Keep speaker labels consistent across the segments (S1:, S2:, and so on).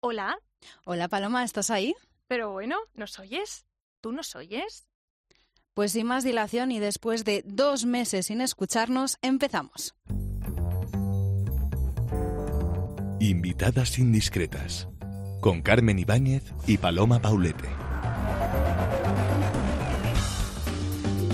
S1: Hola,
S2: Hola Paloma, ¿estás ahí?
S1: pero bueno, ¿nos oyes? ¿Tú nos oyes?
S2: Pues sin más dilación y después de dos meses sin escucharnos, empezamos.
S3: Invitadas indiscretas con Carmen Ibáñez y Paloma Paulete.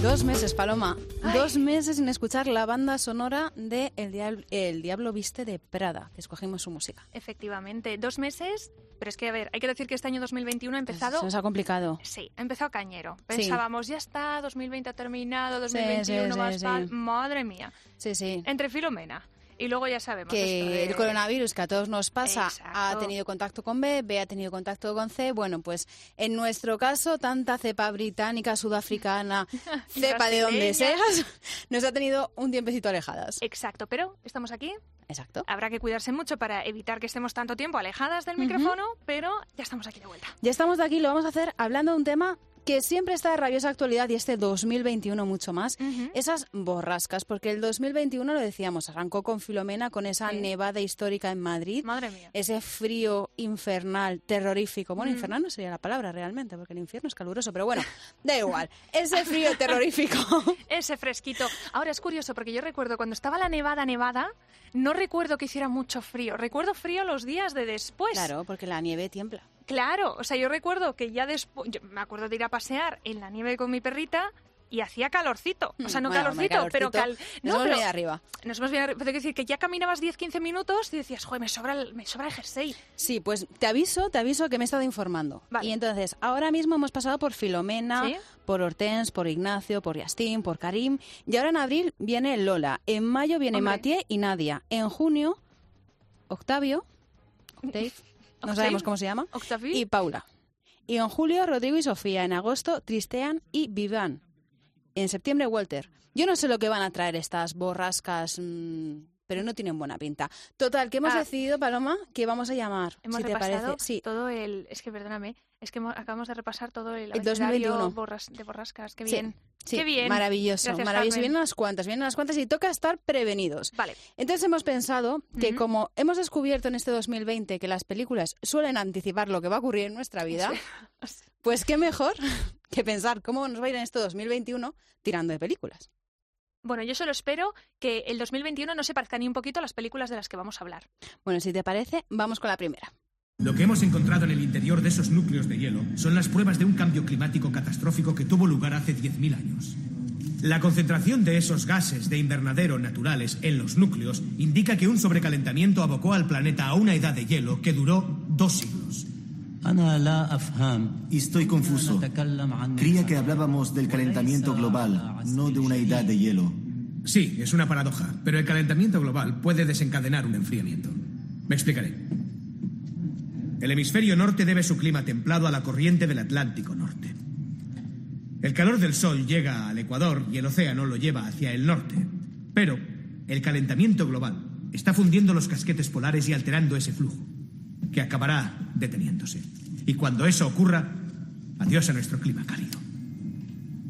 S2: Dos meses, Paloma. Dos meses sin escuchar la banda sonora de El, Diablo- El Diablo Viste de Prada, que escogimos su música.
S1: Efectivamente, dos meses, pero es que, a ver, hay que decir que este año 2021 ha
S2: Se
S1: empezado...
S2: nos ha complicado.
S1: Sí, ha empezado cañero.
S2: Sí.
S1: Pensábamos, ya está, 2020 ha terminado,
S2: Sí, sí,
S1: 2021
S2: sí,
S1: más
S2: sí.
S1: tal. Madre mía.
S2: Sí, sí.
S1: Entre Filomena. Y luego ya sabemos. esto
S2: Que
S1: de-
S2: el coronavirus que a todos nos pasa ha
S1: Exacto.
S2: tenido contacto con B, B ha tenido contacto con C. Bueno, pues en nuestro caso, tanta cepa británica, sudafricana, cepa de donde
S1: Brasileña. Eh.
S2: seas, nos ha tenido un tiempecito alejadas.
S1: Exacto, pero estamos aquí.
S2: Exacto.
S1: Habrá que cuidarse mucho para evitar que estemos tanto tiempo alejadas del
S2: Ujú.
S1: micrófono, pero ya estamos aquí de vuelta.
S2: Ya estamos de aquí, y lo vamos a hacer hablando de un tema que siempre está de rabiosa actualidad y este 2021 mucho más.
S1: Ujú.
S2: Esas borrascas, porque el 2021 lo decíamos, arrancó con Filomena, con esa
S1: Sí.
S2: nevada histórica en Madrid,
S1: Madre mía.
S2: ese frío infernal, terrorífico. Bueno,
S1: Mm.
S2: infernal no sería la palabra realmente, porque el infierno es caluroso, pero bueno, da igual. Ese frío terrorífico.
S1: Ese fresquito. Ahora es curioso porque yo recuerdo cuando estaba la nevada, nevada, no recuerdo que hiciera mucho frío. Recuerdo frío los días de después.
S2: claro, porque la nieve tiembla.
S1: Claro, o sea, yo recuerdo que ya después, me acuerdo de ir a pasear en la nieve con mi perrita y hacía calorcito. O sea, no
S2: Mm, bueno, hombre,
S1: calorcito, pero cal...
S2: Nos
S1: No,
S2: hemos
S1: pero
S2: venido arriba.
S1: nos hemos venido arriba. Pero quiero decir que ya caminabas 10-15 minutos y decías, joder, me sobra el, me sobra el jersey.
S2: Sí, pues te aviso, te aviso que me he estado informando.
S1: Vale.
S2: Y entonces, ahora mismo hemos pasado por Filomena,
S1: Sí.
S2: por Hortens, por Ignacio, por Yastín, por Karim. Y ahora en abril viene Lola. En mayo viene
S1: Hombre.
S2: Matie y Nadia. En junio, Octavio, Octave, no
S1: Octave.
S2: sabemos cómo se llama,
S1: Octavio.
S2: y Paula. Y en julio, Rodrigo y Sofía. En agosto, Tristean y Vivan. En septiembre, Walter. Yo no sé lo que van a traer estas borrascas, mm, pero no tienen buena pinta. Total, que hemos
S1: Ah.
S2: decidido, Paloma, que vamos a llamar,
S1: Hemos
S2: si te
S1: repasado
S2: parece. Sí,
S1: todo el... Es que, perdóname, es que hemos- acabamos de repasar todo el,
S2: El
S1: abecedario
S2: 2021.
S1: borras- de borrascas. Qué
S2: Sí.
S1: bien.
S2: sí,
S1: Qué bien.
S2: maravilloso,
S1: Gracias,
S2: maravilloso.
S1: Carmen.
S2: Vienen unas cuantas, vienen unas cuantas y toca estar prevenidos.
S1: Vale.
S2: Entonces hemos pensado que
S1: Ujú.
S2: como hemos descubierto en este 2020 que las películas suelen anticipar lo que va a ocurrir en nuestra vida, pues qué mejor que pensar cómo nos va a ir en este 2021 tirando de películas.
S1: Bueno, yo solo espero que el 2021 no se parezca ni un poquito a las películas de las que vamos a hablar.
S2: Bueno, si te parece, vamos con la primera.
S4: Lo que hemos encontrado en el interior de esos núcleos de hielo son las pruebas de un cambio climático catastrófico que tuvo lugar hace 10.000 años. La concentración de esos gases de invernadero naturales en los núcleos indica que un sobrecalentamiento abocó al planeta a una edad de hielo que duró dos siglos.
S5: أنا لا أفهم.
S6: Estoy confuso.
S5: نتكلم عن-
S6: Creía que hablábamos del calentamiento global, no de una edad de hielo.
S4: Sí, es una paradoja, pero el calentamiento global puede desencadenar un enfriamiento. Me explicaré. El hemisferio norte debe su clima templado a la corriente del Atlántico Norte. El calor del Sol llega al Ecuador y el océano lo lleva hacia el norte. Pero el calentamiento global está fundiendo los casquetes polares y alterando ese flujo, que acabará deteniéndose. Y cuando eso ocurra, adiós a nuestro clima cálido.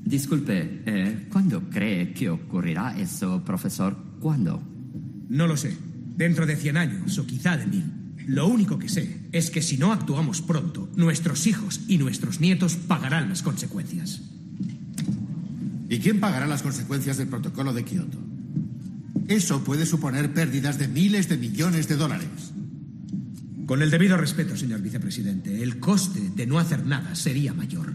S7: Disculpe, eh, ¿cuándo cree que ocurrirá eso, profesor? ¿Cuándo?
S4: No lo sé. Dentro de 100 años o quizá de mil. Lo único que sé es que si no actuamos pronto, nuestros hijos y nuestros nietos pagarán las consecuencias.
S8: ¿Y quién pagará las consecuencias del protocolo de Kioto? Eso puede suponer pérdidas de miles de millones de dólares.
S4: Con el debido respeto, señor vicepresidente, el coste de no hacer nada sería mayor.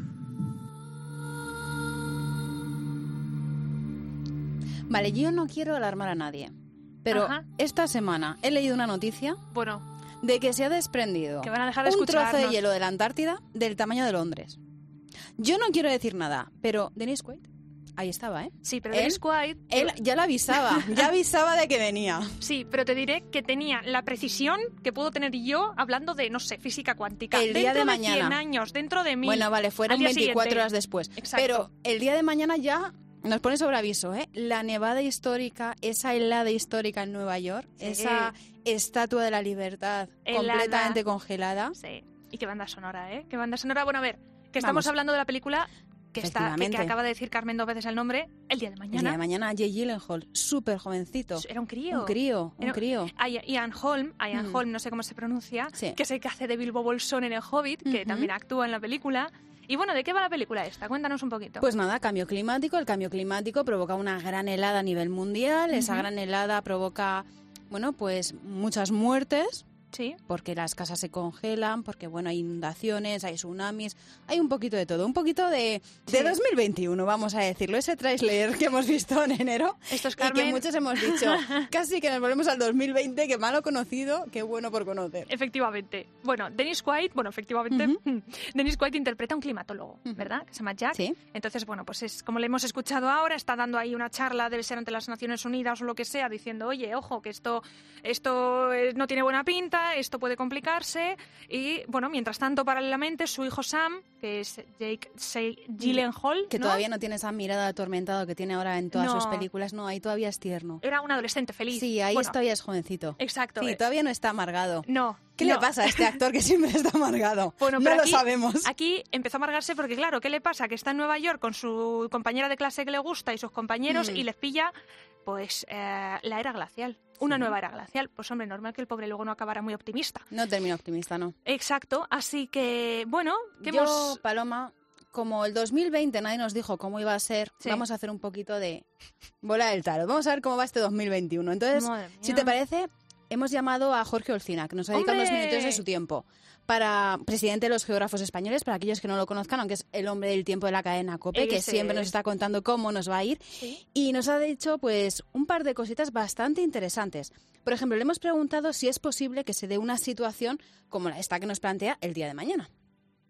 S2: Vale, yo no quiero alarmar a nadie, pero
S1: Ajá.
S2: esta semana he leído una noticia
S1: Bueno,
S2: de que se ha desprendido
S1: Que van a dejar de
S2: un trozo de
S1: escucharnos.
S2: hielo de la Antártida del tamaño de Londres. Yo no quiero decir nada, pero Dennis Quaid, ahí estaba, ¿eh?
S1: sí, pero
S2: Él-
S1: Dennis Quaid...
S2: Él ya la avisaba, ya avisaba de que venía.
S1: Sí, pero te diré que tenía la precisión que puedo tener yo hablando de, no sé, física cuántica.
S2: El
S1: dentro
S2: día de
S1: de,
S2: mañana.
S1: 100 años, dentro de mil.
S2: Bueno, vale, fueron
S1: al día
S2: 24
S1: siguiente.
S2: horas después.
S1: Exacto.
S2: Pero el día de mañana ya nos pone sobre aviso, ¿eh? La nevada histórica, esa helada histórica en Nueva York,
S1: Sí.
S2: esa estatua de la libertad
S1: Helada.
S2: completamente congelada.
S1: Sí. Y qué banda sonora, ¿eh? Qué banda sonora. Bueno, a ver, que estamos
S2: Vamos.
S1: hablando de la película que, está, que- que,
S2: Efectivamente.
S1: acaba de decir Carmen dos veces el nombre, el día de
S2: El día de
S1: mañana.
S2: mañana, Jay Gyllenhaal, súper jovencito.
S1: Era un crío.
S2: Un crío, un
S1: Era-
S2: crío.
S1: Ay- Ian Holm, Ian
S2: Mm.
S1: Holm, no sé cómo se pronuncia,
S2: Sí.
S1: que es el que hace de Bilbo Bolsón en El Hobbit, que
S2: Ujú.
S1: también actúa en la película. Y bueno, ¿de qué va la película esta? Cuéntanos un poquito.
S2: Pues nada, cambio climático. El cambio climático provoca una gran helada a nivel mundial. Esa
S1: Ujú.
S2: gran helada provoca, bueno, pues muchas muertes
S1: sí.
S2: porque las casas se congelan, porque bueno, hay inundaciones, hay tsunamis, hay un poquito de todo, un poquito de, de
S1: Sí.
S2: 2021, vamos a decirlo, ese tráiler que hemos visto en enero
S1: Esto es
S2: y que
S1: Carmen.
S2: muchos hemos dicho, casi que nos volvemos al 2020, que malo conocido, qué bueno por conocer.
S1: Efectivamente. Bueno, Dennis Quaid, bueno, efectivamente, Dennis Quaid interpreta a un climatólogo,
S2: Ujú.
S1: ¿verdad? Que se llama Jack.
S2: Sí.
S1: Entonces, bueno, pues es como le hemos escuchado ahora, está dando ahí una charla, debe ser ante las Naciones Unidas o lo que sea, diciendo, oye, ojo, que esto, esto eh, no tiene buena pinta, esto puede complicarse. Y bueno, mientras tanto, paralelamente, su hijo Sam, que es Jake Se- Gyllenhaal,
S2: Mm, Que
S1: ¿no?
S2: todavía no tiene esa mirada atormentada que tiene ahora en todas sus
S1: No.
S2: películas, no, ahí todavía es tierno.
S1: era un adolescente feliz.
S2: Sí, ahí
S1: Bueno,
S2: todavía es jovencito.
S1: Exacto.
S2: Sí,
S1: eh.
S2: todavía no está amargado.
S1: No.
S2: ¿Qué le
S1: no.
S2: pasa a este actor que siempre está amargado?
S1: Bueno,
S2: no
S1: pero
S2: lo
S1: aquí-
S2: sabemos.
S1: Aquí empezó a amargarse porque, claro, ¿qué le pasa? Que está en Nueva York con su compañera de clase que le gusta y sus compañeros
S2: Mm.
S1: y les pilla, pues, eh, la era glacial. Una nueva era glacial. Pues, hombre, normal que el pobre luego no acabara muy optimista.
S2: No termino optimista, no.
S1: Exacto. Así que, bueno, ¿qué
S2: Yo,
S1: hemos...?
S2: Paloma, como el 2020 nadie nos dijo cómo iba a ser,
S1: Sí.
S2: vamos a hacer un poquito de bola del tarot. Vamos a ver cómo va este 2021. Entonces,
S1: Madre
S2: si
S1: mía.
S2: te parece, hemos llamado a Jorge Olcina, que nos ha dedicado unos
S1: ¡Hombre!
S2: minutos de su tiempo, para presidente de los geógrafos españoles, para aquellos que no lo conozcan, aunque es el hombre del tiempo de la cadena COPE, que
S1: Ese
S2: siempre nos
S1: es.
S2: está contando cómo nos va a ir.
S1: Sí.
S2: Y nos ha dicho, pues, un par de cositas bastante interesantes. Por ejemplo, le hemos preguntado si es posible que se dé una situación como la- esta que nos plantea el día de mañana.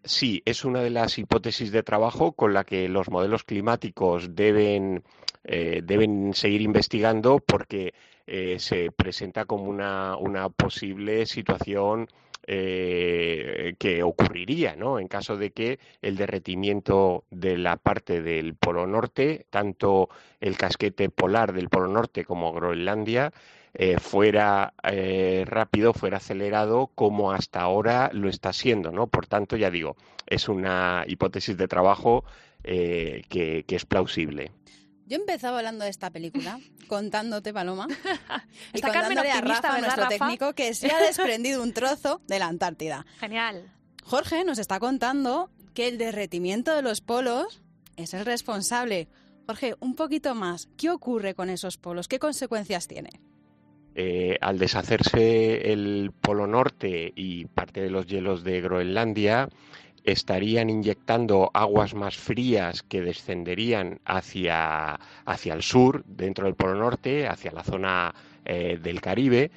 S9: Sí, es una de las hipótesis de trabajo con la que los modelos climáticos deben, eh, deben seguir investigando porque eh, se presenta como una, una posible situación eh, que ocurriría, ¿no? En caso de que el derretimiento de la parte del Polo Norte, tanto el casquete polar del Polo Norte como Groenlandia, eh, fuera eh, rápido, fuera acelerado, como hasta ahora lo está siendo, ¿no? Por tanto, ya digo, es una hipótesis de trabajo eh, que, que es plausible.
S2: Yo empezaba hablando de esta película, contándote, Paloma, y
S1: Está Carmen
S2: contándole a
S1: optimista,
S2: Rafa,
S1: ¿verdad,
S2: nuestro
S1: Rafa?
S2: técnico, que se ha desprendido un trozo de la Antártida.
S1: Genial.
S2: Jorge nos está contando que el derretimiento de los polos es el responsable. Jorge, un poquito más. ¿Qué ocurre con esos polos? ¿Qué consecuencias tiene?
S9: Eh, al deshacerse el Polo Norte y parte de los hielos de Groenlandia, estarían inyectando aguas más frías que descenderían hacia, hacia el sur, dentro del Polo Norte, hacia la zona eh, del Caribe.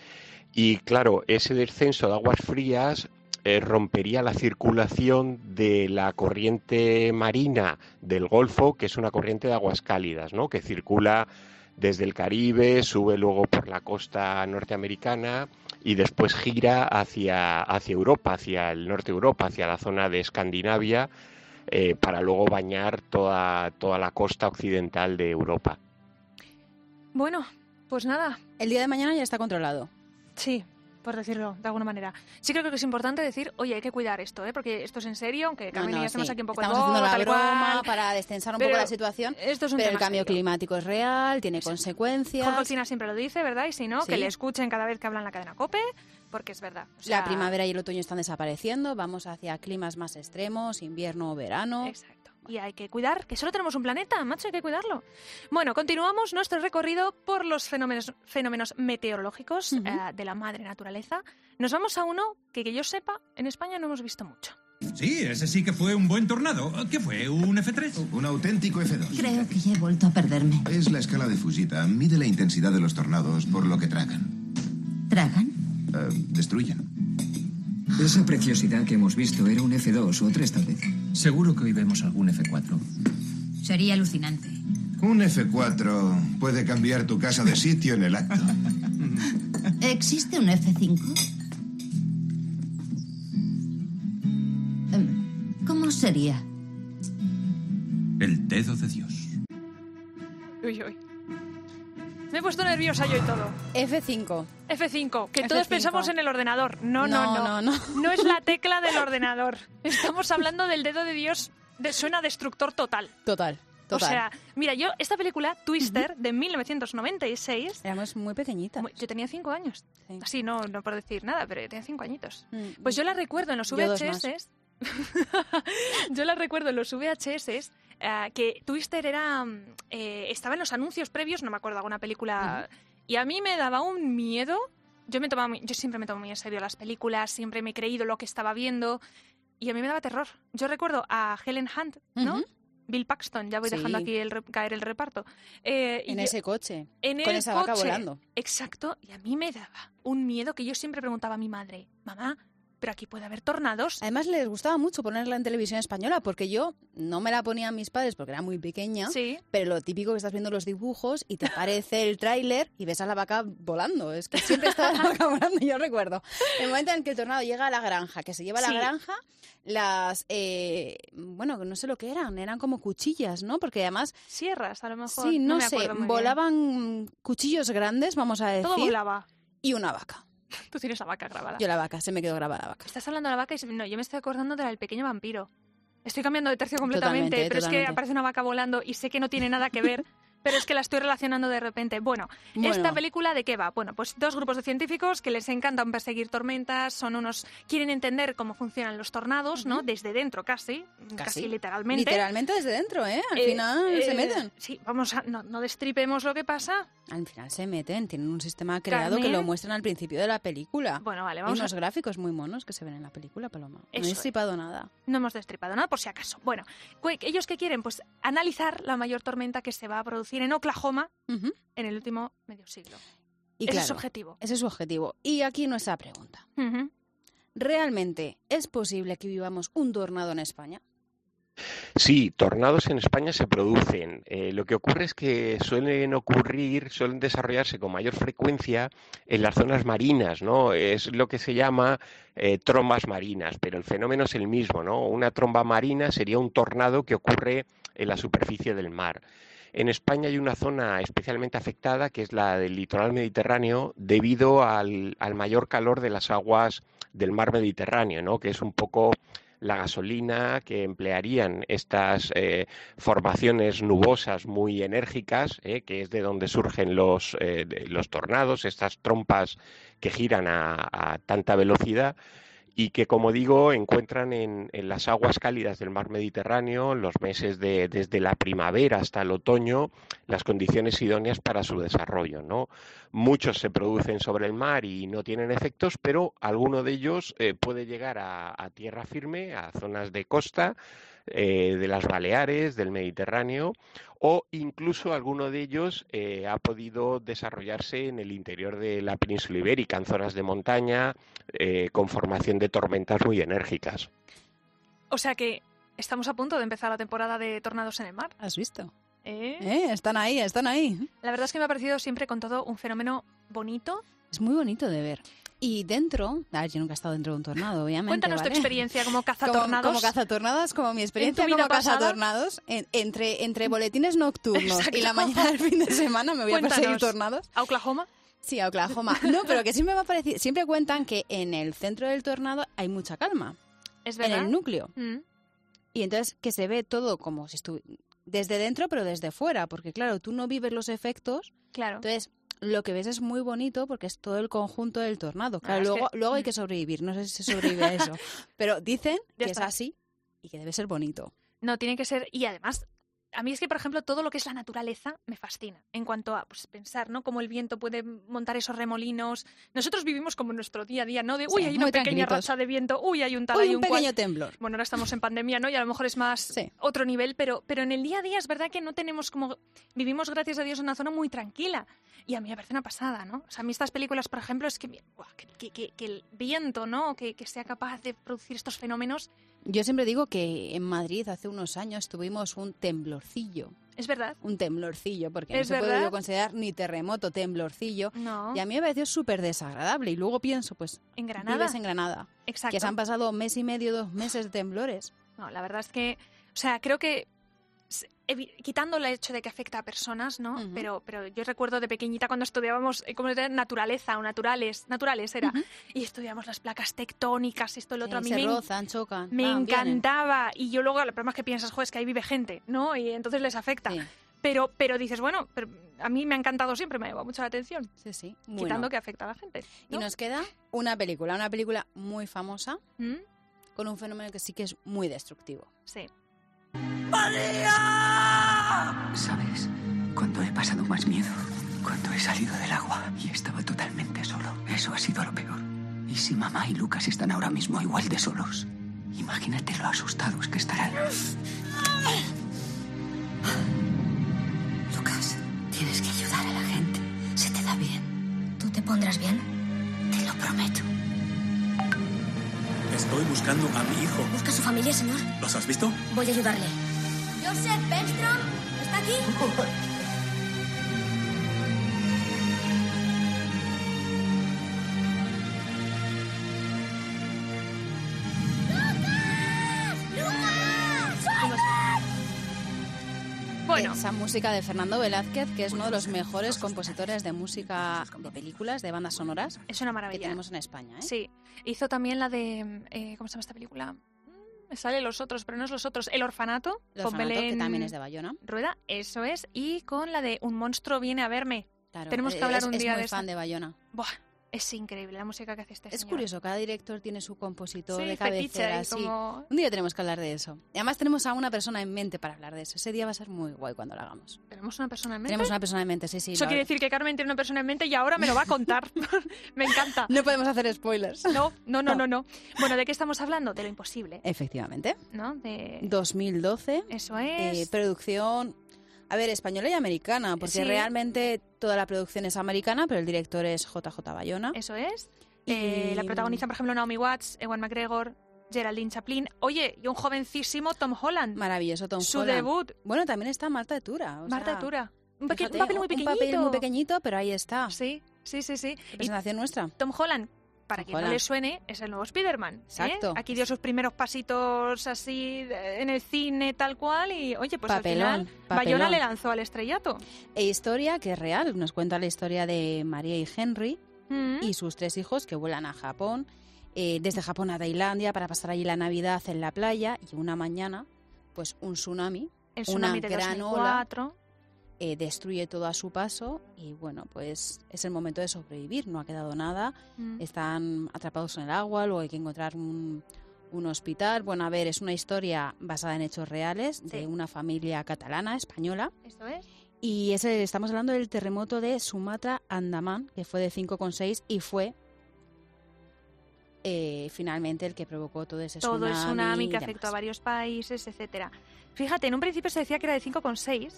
S9: Y claro, ese descenso de aguas frías eh, rompería la circulación de la corriente marina del Golfo, que es una corriente de aguas cálidas, ¿no? que circula desde el Caribe, sube luego por la costa norteamericana y después gira hacia, hacia Europa, hacia el norte de Europa, hacia la zona de Escandinavia, eh, para luego bañar toda, toda la costa occidental de Europa.
S1: Bueno, pues nada,
S2: El día de mañana ya está controlado.
S1: Sí, por decirlo de alguna manera. Sí creo que es importante decir, oye, hay que cuidar esto, ¿eh? porque esto es en serio, aunque Carmen
S2: No,
S1: y
S2: no,
S1: yo estamos
S2: sí.
S1: aquí un poco
S2: Estamos
S1: en
S2: haciendo
S1: bola,
S2: la
S1: tal
S2: broma
S1: cual.
S2: para destensar un
S1: Pero
S2: poco la situación.
S1: Esto es un
S2: Pero el
S1: tema
S2: cambio
S1: serio.
S2: climático es real, tiene
S1: Exacto.
S2: consecuencias.
S1: Jorge Olcina siempre lo dice, ¿verdad? Y si no,
S2: Sí.
S1: que le escuchen cada vez que hablan la cadena COPE, porque es verdad. O sea,
S2: La primavera y el otoño están desapareciendo, vamos hacia climas más extremos, invierno o verano.
S1: Exacto. Y hay que cuidar, que solo tenemos un planeta, macho, hay que cuidarlo. Bueno, continuamos nuestro recorrido por los fenómenos, fenómenos meteorológicos
S2: Ujú.
S1: eh, de la madre naturaleza. Nos vamos a uno que, que yo sepa, en España no hemos visto mucho.
S4: Sí, ese sí que fue un buen tornado. ¿Qué fue? ¿Un F3?
S10: Un auténtico F2.
S11: Creo que ya he vuelto a perderme.
S10: Es la escala de Fujita. Mide la intensidad de los tornados por lo que tragan.
S11: ¿Tragan?
S10: Eh, destruyen.
S5: Esa preciosidad que hemos visto era un F2 o 3 tal vez. Seguro que hoy vemos algún F4.
S11: Sería alucinante.
S10: Un F4 puede cambiar tu casa de sitio en el acto.
S11: ¿Existe un F5? Em, ¿Cómo sería?
S5: El dedo de Dios.
S1: Uy, uy. Me he puesto nerviosa yo y todo.
S2: F5.
S1: F5, que todos
S2: F5.
S1: pensamos en el ordenador. No, no, no.
S2: No, no, no.
S1: es la tecla del ordenador. Estamos hablando del dedo de Dios de- suena destructor total.
S2: Total. Total.
S1: O sea, mira, yo, esta película, Twister, de 1996.
S2: Éramos muy pequeñitas.
S1: Yo tenía cinco años. Así, no, no por decir nada, pero yo tenía cinco añitos.
S2: Mm.
S1: Pues yo la recuerdo en los
S2: Yo dos
S1: VHS. yo la recuerdo en los VHS. eh, que Twister era mm, eh, estaba en los anuncios previos, no me acuerdo, alguna película. Y a mí me daba un miedo. Yo, me tomaba muy- yo siempre me tomo muy en serio las películas, siempre me he creído lo que estaba viendo. Y a mí me daba terror. Yo recuerdo a Helen Hunt, ¿no?
S2: Ujú.
S1: Bill Paxton, ya voy dejando
S2: Sí.
S1: aquí el re- caer el reparto. Eh, y
S2: en
S1: yo-
S2: ese coche.
S1: en
S2: con
S1: el
S2: esa vaca
S1: coche.
S2: volando.
S1: Exacto, y a mí me daba un miedo que yo siempre preguntaba a mi madre, mamá, pero aquí puede haber tornados.
S2: Además les gustaba mucho ponerla en televisión española porque yo no me la ponían mis padres porque era muy pequeña.
S1: Sí.
S2: Pero lo típico que estás viendo los dibujos y te aparece el tráiler y ves a la vaca volando. Es que siempre estaba la vaca volando, yo recuerdo. El momento en el que el tornado llega a la granja, que se lleva a la
S11: Sí.
S2: granja, las... eh, bueno, no sé lo que eran, eran como cuchillas, ¿no? Porque además...
S1: Sierras, a lo mejor.
S2: Sí, no,
S1: me
S2: sé,
S1: acuerdo muy bien.
S2: volaban cuchillos grandes, vamos a decir.
S1: Todo volaba.
S2: Y una vaca.
S1: Tú tienes la vaca grabada.
S2: Yo la vaca, se me quedó grabada la vaca.
S1: Estás hablando de la vaca y se- no, yo me estoy acordando de la del pequeño vampiro. Estoy cambiando de tercio completamente,
S2: Totalmente,
S1: pero es que
S2: totalmente.
S1: aparece una vaca volando y sé que no tiene nada que ver. Pero es que la estoy relacionando de repente. Bueno,
S2: Bueno.
S1: ¿esta película de qué va? Bueno, pues dos grupos de científicos que les encantan perseguir tormentas, son unos. quieren entender cómo funcionan los tornados, ¿no? Desde dentro casi, casi, literalmente.
S2: Literalmente desde dentro, ¿eh? Al
S1: Eh,
S2: final se
S1: eh,
S2: meten.
S1: Sí, vamos a. No, no destripemos lo que pasa.
S2: Al final se meten, tienen un sistema creado que lo
S1: Carmen.
S2: muestran al principio de la película.
S1: Bueno, vale,
S2: Y
S1: vamos a-
S2: unos gráficos muy monos que se ven en la película, Paloma.
S1: Eso
S2: no he
S1: es.
S2: disipado nada.
S1: No hemos destripado nada por si acaso. Bueno, cu- ¿ellos qué quieren? Pues analizar la mayor tormenta que se va a producir en Oklahoma
S2: Ujú.
S1: en el último medio siglo.
S2: Y
S1: Ese es su
S2: claro,
S1: objetivo.
S2: Ese es su objetivo. Y aquí nuestra pregunta.
S1: Ujú.
S2: ¿Realmente es posible que vivamos un tornado en España?
S9: Sí, tornados en España se producen. Eh, lo que ocurre es que suelen ocurrir, suelen desarrollarse con mayor frecuencia en las zonas marinas, ¿no? Es lo que se llama eh, trombas marinas, pero el fenómeno es el mismo, ¿no? Una tromba marina sería un tornado que ocurre en la superficie del mar. En España hay una zona especialmente afectada, que es la del litoral mediterráneo, debido al, al mayor calor de las aguas del mar Mediterráneo, ¿no? que es un poco la gasolina que emplearían estas eh, formaciones nubosas muy enérgicas, ¿eh? que es de donde surgen los, eh, de- los tornados, estas trompas que giran a- a tanta velocidad y que, como digo, encuentran en, en las aguas cálidas del mar Mediterráneo, los meses de, desde la primavera hasta el otoño, las condiciones idóneas para su desarrollo. ¿no? Muchos se producen sobre el mar y no tienen efectos, pero alguno de ellos eh, puede llegar a, a tierra firme, a zonas de costa, eh, de las Baleares, del Mediterráneo, o incluso alguno de ellos eh, ha podido desarrollarse en el interior de la península ibérica, en zonas de montaña, eh, con formación de tormentas muy enérgicas.
S1: O sea que estamos a punto de empezar la temporada de tornados en el mar.
S2: ¿Has visto?
S1: ¿eh?
S2: ¿Eh? Están ahí, están ahí.
S1: La verdad es que me ha parecido siempre con todo un fenómeno bonito.
S2: Es muy bonito de ver. Y dentro, a ver, yo nunca he estado dentro de un tornado, obviamente.
S1: Cuéntanos tu
S2: ¿vale?
S1: experiencia como
S2: Como-
S1: cazatornados.
S2: Como, cazatornadas, como mi experiencia
S1: vida
S2: como
S1: pasada?
S2: cazatornados, en- entre, entre boletines nocturnos
S1: Exacto.
S2: y la mañana del fin de semana me voy a perseguir
S1: Cuéntanos,
S2: tornados.
S1: ¿A Oklahoma?
S2: Sí, a Oklahoma. No, pero que siempre me ha parecido, siempre cuentan que en el centro del tornado hay mucha calma.
S1: Es verdad.
S2: En el núcleo.
S1: Mm.
S2: Y entonces que se ve todo como si estuviera desde dentro, pero desde fuera, porque claro, tú no vives los efectos.
S1: Claro.
S2: Entonces, lo que ves es muy bonito porque es todo el conjunto del tornado. Claro,
S1: Ah, es
S2: luego,
S1: que-
S2: luego hay que sobrevivir. No sé si se sobrevive a eso. Pero dicen
S1: Ya
S2: que es
S1: está.
S2: así y que debe ser bonito.
S1: No, tiene que ser. Y además, a mí es que, por ejemplo, todo lo que es la naturaleza me fascina. En cuanto a pues, pensar, ¿no? Cómo el viento puede montar esos remolinos. Nosotros vivimos como nuestro día a día, ¿no? De, uy,
S2: Sí,
S1: hay una
S2: muy
S1: pequeña
S2: tranquilitos.
S1: racha de viento, uy, hay un tal,
S2: Hoy
S1: hay
S2: un,
S1: un cual.
S2: pequeño temblor.
S1: Bueno, ahora estamos en pandemia, ¿no? Y a lo mejor es más otro nivel, pero, pero en el día a día es verdad que no tenemos como... Vivimos, gracias a Dios, en una zona muy tranquila. Y a mí me parece una pasada, ¿no? O sea, a mí estas películas, por ejemplo, es que, buah, que, que- que- que el viento, ¿no? Que, que sea capaz de producir estos fenómenos.
S2: Yo siempre digo que en Madrid hace unos años tuvimos un temblorcillo.
S1: Es verdad.
S2: Un temblorcillo, porque
S1: Es
S2: no se puede
S1: verdad.
S2: yo considerar ni terremoto, temblorcillo.
S1: No.
S2: Y a mí me pareció súper desagradable. Y luego pienso, pues,
S1: En Granada.
S2: vives en Granada.
S1: Exacto.
S2: Que se han pasado mes y medio, dos meses de temblores.
S1: No, la verdad es que, o sea, creo que s- evi- quitando el hecho de que afecta a personas, ¿no? pero, pero yo recuerdo de pequeñita cuando estudiábamos eh, ¿cómo era? naturaleza o naturales, naturales era, y estudiábamos las placas tectónicas, esto, el otro, a mí
S2: Eh, se Ah,
S1: me, en-
S2: rozan, chocan. ¿eh?
S1: me
S2: van, vienen.
S1: encantaba. Y yo luego, el problema es que piensas, joder, es que ahí vive gente, ¿no? Y entonces les afecta. Pero, pero dices, bueno, pero a mí me ha encantado siempre, me ha llamado mucho la atención.
S2: Sí, sí.
S1: Quitando
S2: Bueno.
S1: que afecta a la gente.
S2: Y nos queda una película, una película muy famosa,
S1: ¿Mm?
S2: con un fenómeno que sí que es muy destructivo.
S1: Sí.
S12: ¿Sabes? Cuando he pasado más miedo, cuando he salido del agua y estaba totalmente solo, eso ha sido lo peor. Y si mamá y Lucas están ahora mismo igual de solos, imagínate lo asustados que estarán.
S11: Lucas, tienes que ayudar a la gente. Se te da bien. ¿Tú te pondrás bien? Te lo prometo.
S13: Estoy buscando a mi hijo.
S11: Busca a su familia, señor.
S13: ¿Los has visto?
S11: Voy a ayudarle. Joseph Benstrom, ¿está aquí?
S1: Bueno.
S2: Esa música de Fernando Velázquez, que es uno de los mejores compositores de música de películas, de bandas sonoras.
S1: Es una maravilla.
S2: Que tenemos en España, ¿eh?
S1: Sí, hizo también la de. eh, ¿Cómo se llama esta película? Mm, Me sale Los Otros, pero no es Los Otros. El Orfanato.
S2: El
S1: con
S2: orfanato, que
S1: Belén
S2: también es de Bayona.
S1: Rueda, eso es. Y con la de Un monstruo viene a verme.
S2: Claro,
S1: Tenemos que
S2: eh,
S1: hablar
S2: es-
S1: un
S2: es
S1: día
S2: muy
S1: de
S2: fan
S1: esta.
S2: de Bayona.
S1: Buah, es increíble la música que hace este
S2: Es
S1: señor.
S2: curioso, cada director tiene su compositor
S1: Sí,
S2: de
S1: fetiche ahí
S2: cabecera. sí.
S1: como-
S2: Un día tenemos que hablar de eso. Y además tenemos a una persona en mente para hablar de eso. Ese día va a ser muy guay cuando lo hagamos.
S1: ¿Tenemos una persona en mente?
S2: Tenemos una persona en mente, sí, sí.
S1: Eso
S2: lo-
S1: quiere decir que Carmen tiene una persona en mente y ahora me lo va a contar. me encanta.
S2: No podemos hacer spoilers.
S1: No, no, no, no, no. Bueno, ¿de qué estamos hablando? De lo imposible,
S2: Eh, Efectivamente.
S1: ¿no? De...
S2: 2012.
S1: Eso Eh, es.
S2: eh, producción, a ver, española y americana, porque
S1: Sí.
S2: realmente toda la producción es americana, pero el director es JJ Bayona.
S1: Eso es. Eh,
S2: mm,
S1: la protagonista, por ejemplo, Naomi Watts, Ewan McGregor, Geraldine Chaplin. Oye, y un jovencísimo Tom Holland.
S2: Maravilloso Tom
S1: Su
S2: Holland.
S1: debut.
S2: Bueno, también está Marta de Tura. o
S1: Marta
S2: sea,
S1: Tura. Un, peque- un
S2: fíjate,
S1: papel muy
S2: un
S1: pequeñito.
S2: muy pequeñito, pero ahí está.
S1: Sí, sí, sí, sí. Y
S2: Presentación nuestra.
S1: Tom Holland, para quien no
S2: Holland.
S1: le suene, es el nuevo Spider-Man. ¿eh?
S2: Exacto.
S1: Aquí dio sus primeros pasitos así de- en el cine, tal cual. Y oye, pues al
S2: Papelón,
S1: final Bayona
S2: papelón.
S1: le lanzó al estrellato.
S2: E historia que es real, nos cuenta la historia de María y Henry
S1: Mm,
S2: y sus tres hijos que vuelan a Japón, eh, desde Japón a Tailandia para pasar allí la Navidad en la playa y una mañana, pues un tsunami,
S1: El
S2: una
S1: tsunami de
S2: gran
S1: 2004.
S2: ola eh, destruye todo a su paso y bueno, pues es el momento de sobrevivir, no ha quedado nada,
S1: Mm.
S2: están atrapados en el agua, luego hay que encontrar un, un hospital. Bueno, a ver, es una historia basada en hechos reales
S1: Sí.
S2: de una familia catalana, española.
S1: Eso es.
S2: Y ese, estamos hablando del terremoto de Sumatra Andamán, que fue de 5,6 y fue eh, finalmente el que provocó todo ese
S1: todo el
S2: tsunami.
S1: tsunami
S2: y
S1: que
S2: demás.
S1: afectó a varios países, etcétera. Fíjate, en un principio se decía que era de 5,6,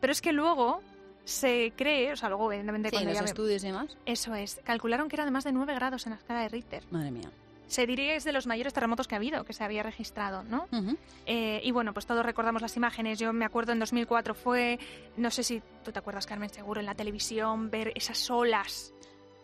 S1: pero es que luego se cree, o sea, luego evidentemente
S2: Sí,
S1: cuando
S2: los
S1: ya ve-
S2: estudios y demás.
S1: Eso es, calcularon que era de más de 9 grados en la escala de Richter.
S2: Madre mía.
S1: Se diría que es de los mayores terremotos que ha habido, que se había registrado, ¿no? Eh, y bueno, pues todos recordamos las imágenes. Yo me acuerdo en 2004 fue, no sé si tú te acuerdas, Carmen, seguro, en la televisión, ver esas olas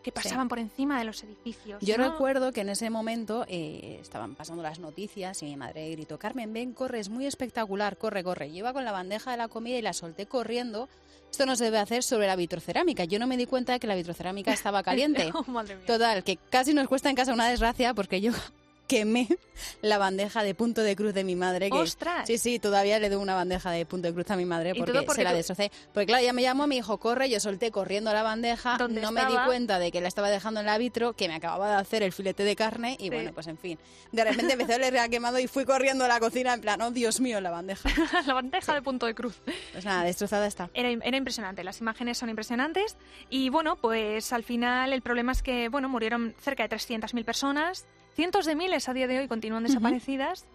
S1: que pasaban por encima de los edificios.
S2: Yo
S1: ¿no?
S2: recuerdo que en ese momento eh, estaban pasando las noticias y mi madre gritó, Carmen, ven, corre, es muy espectacular, corre, corre. Yo iba con la bandeja de la comida y la solté corriendo. Esto no se debe hacer sobre la vitrocerámica. Yo no me di cuenta de que la vitrocerámica estaba caliente.
S1: Oh, madre mía.
S2: Total, que casi nos cuesta en casa una desgracia porque yo quemé la bandeja de punto de cruz de mi madre. Que,
S1: ¡Ostras!
S2: Sí, sí, todavía le doy una bandeja de punto de cruz a mi madre
S1: Y todo
S2: porque,
S1: porque
S2: se la
S1: tú-
S2: destrocé. Porque claro, ya me llamó, me dijo, corre, yo solté corriendo la bandeja, no
S1: ¿Dónde
S2: me di
S1: estaba?
S2: cuenta de que la estaba dejando en la vitro, que me acababa de hacer el filete de carne y
S1: Sí.
S2: bueno, pues en fin. De repente empezó el herrera quemado y fui corriendo a la cocina en plan, oh Dios mío, la bandeja.
S1: la bandeja de punto de cruz.
S2: Pues nada, destrozada está.
S1: Era, era impresionante, las imágenes son impresionantes. Y bueno, pues al final el problema es que bueno, murieron cerca de 300.000 personas, cientos de miles a día de hoy continúan desaparecidas.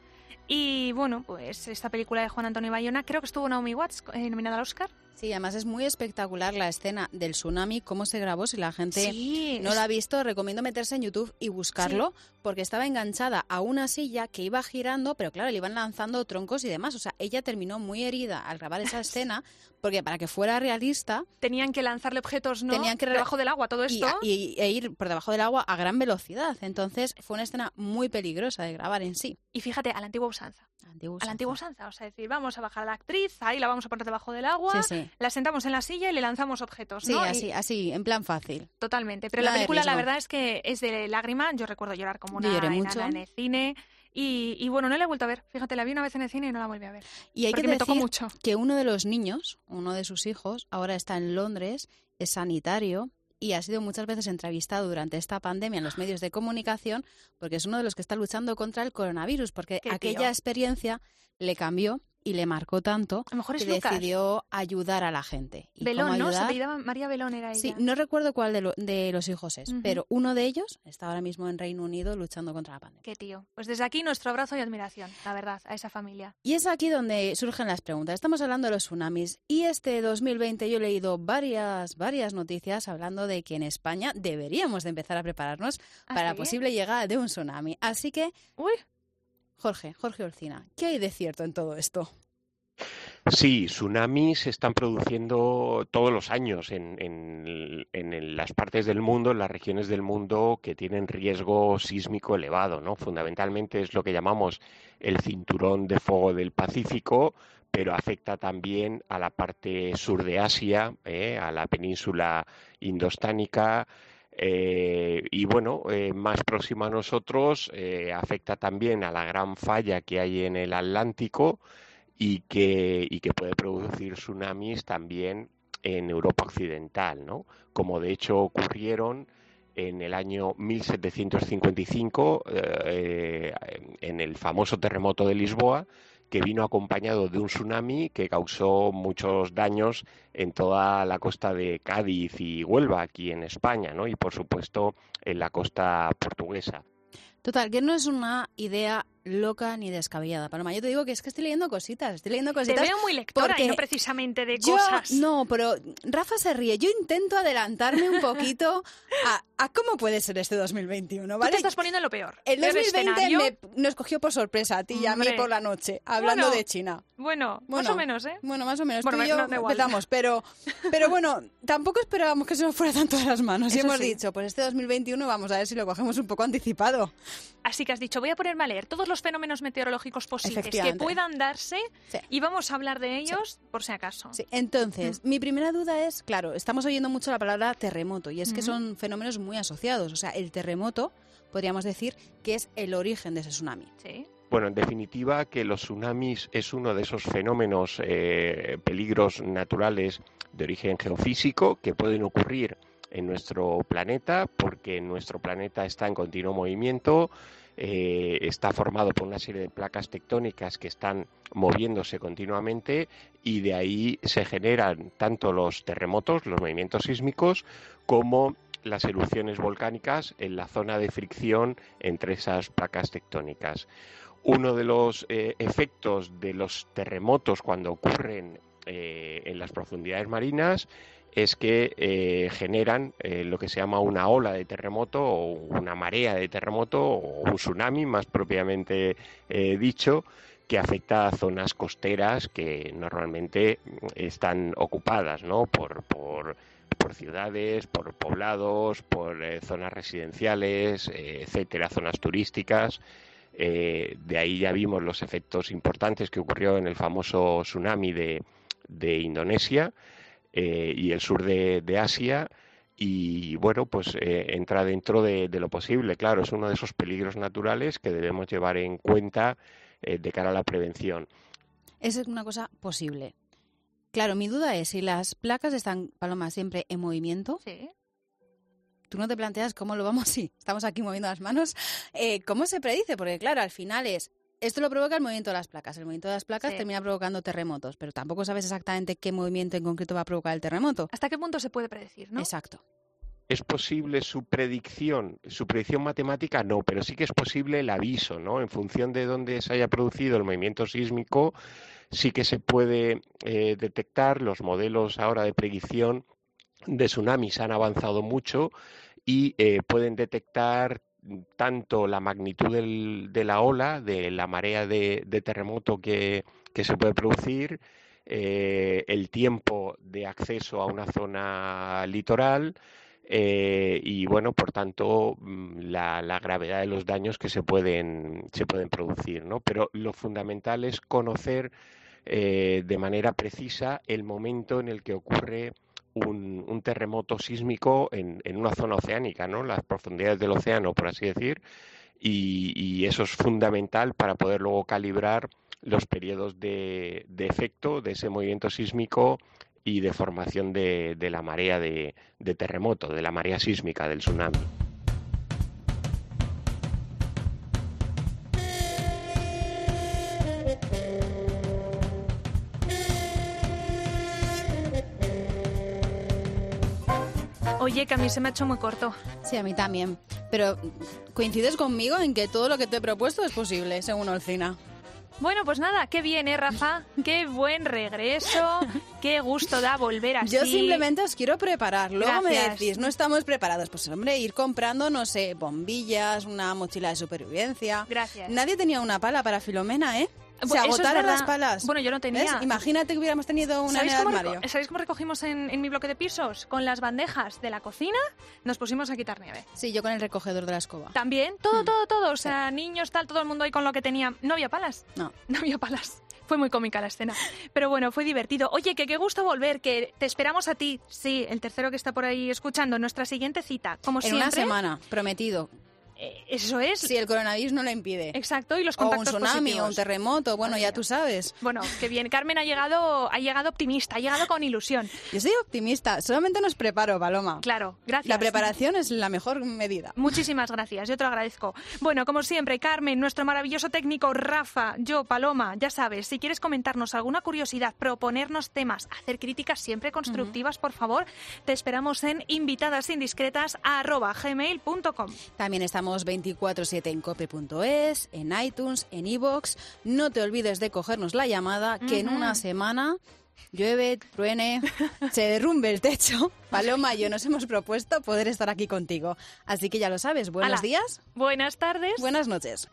S1: Y bueno, pues esta película de Juan Antonio Bayona, creo que estuvo Naomi Watts eh, nominada al Oscar.
S2: Sí, además es muy espectacular la escena del tsunami, cómo se grabó. Si la gente
S1: Sí,
S2: no
S1: es-
S2: la ha visto, recomiendo meterse en YouTube y buscarlo, porque estaba enganchada a una silla que iba girando, pero claro, le iban lanzando troncos y demás. O sea, ella terminó muy herida al grabar esa escena, porque para que fuera realista,
S1: Tenían que lanzarle objetos, ¿no?
S2: Tenían que re-
S1: debajo del agua, todo
S2: y-
S1: esto.
S2: y- e ir por debajo del agua a gran velocidad. Entonces, fue una escena muy peligrosa de grabar en sí.
S1: Y fíjate, a la antigua usanza.
S2: Antiguo
S1: A la antigua usanza, o sea, decir, vamos a bajar a la actriz, ahí la vamos a poner debajo del agua,
S2: Sí, sí.
S1: la sentamos en la silla y le lanzamos objetos,
S2: Sí,
S1: ¿no? Y-
S2: así, así, en plan fácil.
S1: Totalmente, pero la
S2: Nada de
S1: película la
S2: riesgo.
S1: verdad es que es de lágrima, yo recuerdo llorar como una
S2: Yo lloré
S1: enana
S2: mucho.
S1: en el cine y, y bueno, no la he vuelto a ver, fíjate, la vi una vez en el cine y no la volví a ver.
S2: Y hay
S1: porque
S2: que
S1: me tocó
S2: decir
S1: mucho.
S2: que uno de los niños, uno de sus hijos, ahora está en Londres, es sanitario y ha sido muchas veces entrevistado durante esta pandemia en los medios de comunicación porque es uno de los que está luchando contra el coronavirus, porque
S1: Qué
S2: aquella
S1: tío.
S2: experiencia le cambió y le marcó tanto
S1: mejor es
S2: que
S1: Lucas.
S2: decidió ayudar a la gente. ¿Y
S1: Belón,
S2: cómo
S1: ¿no? Se
S2: ayudar?
S1: apellidaba María Belón era ella.
S2: Sí, no recuerdo cuál de, lo- de los hijos es,
S1: Ujú.
S2: pero uno de ellos está ahora mismo en Reino Unido luchando contra la pandemia.
S1: Qué tío. Pues desde aquí nuestro abrazo y admiración, la verdad, a esa familia.
S2: Y es aquí donde surgen las preguntas. Estamos hablando de los tsunamis y este 2020 yo he leído varias, varias noticias hablando de que en España deberíamos de empezar a prepararnos
S1: ¿Ah,
S2: para la
S1: sí?
S2: posible llegada de un tsunami. Así que,
S1: Uy.
S2: Jorge, Jorge Olcina, ¿qué hay de cierto en todo esto?
S9: Sí, tsunamis se están produciendo todos los años en, en- en el- las partes del mundo, en las regiones del mundo que tienen riesgo sísmico elevado, ¿no? Fundamentalmente es lo que llamamos el cinturón de fuego del Pacífico, pero afecta también a la parte sur de Asia, ¿eh? a la península indostánica. eh, y bueno, eh, más próximo a nosotros, eh, afecta también a la gran falla que hay en el Atlántico y que, y que puede producir tsunamis también en Europa Occidental, ¿no? Como de hecho ocurrieron en el año 1755, eh, en el famoso terremoto de Lisboa, que vino acompañado de un tsunami que causó muchos daños en toda la costa de Cádiz y Huelva, aquí en España, ¿no? Y por supuesto en la costa portuguesa.
S2: Total, que no es una idea loca ni descabellada. Paloma, yo te digo que es que estoy leyendo cositas, estoy leyendo
S1: Te
S2: cositas.
S1: veo muy lectora y
S2: porque
S1: no precisamente de
S2: yo-
S1: cosas.
S2: No, pero Rafa se ríe. Yo intento adelantarme un poquito a, a cómo puede ser este 2021,
S1: Tú
S2: ¿vale?
S1: te estás poniendo en lo peor.
S2: El
S1: Peor
S2: 2020
S1: escenario.
S2: me- nos cogió por sorpresa a ti y a mí
S1: Hombre.
S2: por la noche, hablando
S1: Bueno.
S2: de China.
S1: Bueno, más
S2: Bueno,
S1: o menos, ¿eh?
S2: Bueno, más o menos.
S1: Bueno,
S2: Tú y
S1: me-
S2: yo
S1: no, da igual.
S2: empezamos, pero, pero bueno, tampoco esperábamos que se nos fuera tanto de las manos. y
S1: Eso
S2: hemos
S1: sí.
S2: dicho, pues este 2021 vamos a ver si lo cogemos un poco anticipado.
S1: Así que has dicho, voy a ponerme a leer todos los fenómenos meteorológicos posibles que
S2: Efectivamente.
S1: puedan darse y vamos a hablar de ellos por si acaso.
S2: Sí,
S1: Mm.
S2: entonces, mi primera duda es, claro, estamos oyendo mucho la palabra terremoto y es que
S1: Ujú.
S2: son fenómenos muy asociados. O sea, el terremoto podríamos decir que es el origen de ese tsunami.
S1: Sí.
S9: Bueno, en definitiva, que los tsunamis es uno de esos fenómenos, eh, peligros naturales de origen geofísico que pueden ocurrir en nuestro planeta, porque nuestro planeta está en continuo movimiento, eh, está formado por una serie de placas tectónicas que están moviéndose continuamente y de ahí se generan tanto los terremotos, los movimientos sísmicos, como las erupciones volcánicas en la zona de fricción entre esas placas tectónicas. Uno de los eh, efectos de los terremotos cuando ocurren eh, en las profundidades marinas es que eh, generan eh, lo que se llama una ola de terremoto o una marea de terremoto o un tsunami, más propiamente eh, dicho, que afecta a zonas costeras que normalmente mm, están ocupadas ¿no? por, por, por ciudades, por poblados, por eh, zonas residenciales, eh, etcétera, zonas turísticas. Eh, de ahí ya vimos los efectos importantes que ocurrió en el famoso tsunami de, de Indonesia eh, y el sur de, de Asia. Y bueno, pues eh, entra dentro de, de lo posible. Claro, es uno de esos peligros naturales que debemos llevar en cuenta eh, de cara a la prevención.
S2: Esa es una cosa posible. Claro, mi duda es si las placas están, Paloma, siempre en movimiento.
S1: Sí.
S2: Tú no te planteas cómo lo vamos, sí, estamos aquí moviendo las manos. Eh, ¿Cómo se predice? Porque claro, al final es, esto lo provoca el movimiento de las placas. El movimiento de las placas
S1: Sí.
S2: termina provocando terremotos, pero tampoco sabes exactamente qué movimiento en concreto va a provocar el terremoto.
S1: ¿Hasta qué punto se puede predecir, no?
S2: Exacto.
S9: ¿Es posible su predicción? Su predicción matemática no, pero sí que es posible el aviso, ¿no? En función de dónde se haya producido el movimiento sísmico, sí que se puede eh, detectar. Los modelos ahora de predicción de tsunamis han avanzado mucho y eh, pueden detectar tanto la magnitud del, de la ola, de la marea de, de terremoto que, que, se puede producir, eh, el tiempo de acceso a una zona litoral, eh, y bueno, por tanto, mm, la, la, gravedad de los daños que se pueden, se pueden producir, ¿no? Pero lo fundamental es conocer eh, de manera precisa el momento en el que ocurre un, un terremoto sísmico en, en, una zona oceánica, ¿no? Las profundidades del océano, por así decir, y, y eso es fundamental para poder luego calibrar los periodos de, de efecto de ese movimiento sísmico y de formación de, de la marea de, de, terremoto, de la marea sísmica del tsunami.
S1: Oye, que a mí se me ha hecho muy corto.
S2: Sí, a mí también. Pero mm, coincides conmigo en que todo lo que te he propuesto es posible, según Olcina.
S1: Bueno, pues nada, qué bien, ¿eh, Rafa? Qué buen regreso, qué gusto da volver así.
S2: Yo simplemente os quiero preparar. Luego Gracias. me decís, no estamos preparados. Pues hombre, ir comprando, no sé, bombillas, una mochila de supervivencia.
S1: Gracias. Ah, pues,
S2: Nadie tenía una pala para Filomena, ¿eh? Se Eso agotaron las palas.
S1: Bueno, yo no tenía. ¿Ves?
S2: Imagínate que hubiéramos tenido una
S1: ¿Sabéis
S2: en el
S1: cómo
S2: armario.
S1: ¿Sabéis cómo recogimos en, en, mi bloque de pisos? Con las bandejas de la cocina nos pusimos a quitar nieve.
S2: Sí, yo con el recogedor de la escoba.
S1: También, todo, hmm. todo, todo. O sea, sí. niños, tal, todo el mundo ahí con lo que tenía. No había palas.
S2: No.
S1: No había palas. Fue muy cómica la escena. Pero bueno, fue divertido. Oye, que qué gusto volver, que te esperamos a ti. Sí, el tercero que está por ahí escuchando. Nuestra siguiente cita, como
S2: en
S1: siempre. Eh,
S2: una semana, prometido.
S1: Eso es.
S2: Si sí, el coronavirus no lo impide.
S1: Exacto, y los contactos
S2: O un tsunami,
S1: positivos.
S2: o un terremoto, bueno, Ay, ya tú sabes.
S1: Bueno, qué bien. Carmen ha llegado, ha llegado optimista, ha llegado con ilusión.
S2: Yo soy optimista, solamente nos preparo, Paloma.
S1: Claro, gracias.
S2: La preparación es la mejor medida.
S1: Muchísimas gracias, yo te lo agradezco. Bueno, como siempre, Carmen, nuestro maravilloso técnico Rafa, yo, Paloma, ya sabes, si quieres comentarnos alguna curiosidad, proponernos temas, hacer críticas siempre constructivas, uh -huh. por favor, te esperamos en invitadasindiscretas.gmail.com.
S2: También estamos 24/7 en cope.es, en iTunes, en iBox. No te olvides de cogernos la llamada, que uh -huh. en una semana llueve, truene, se derrumbe el techo. Paloma y yo nos hemos propuesto poder estar aquí contigo. Así que ya lo sabes, buenos Ala. días.
S1: Buenas tardes.
S2: Buenas noches.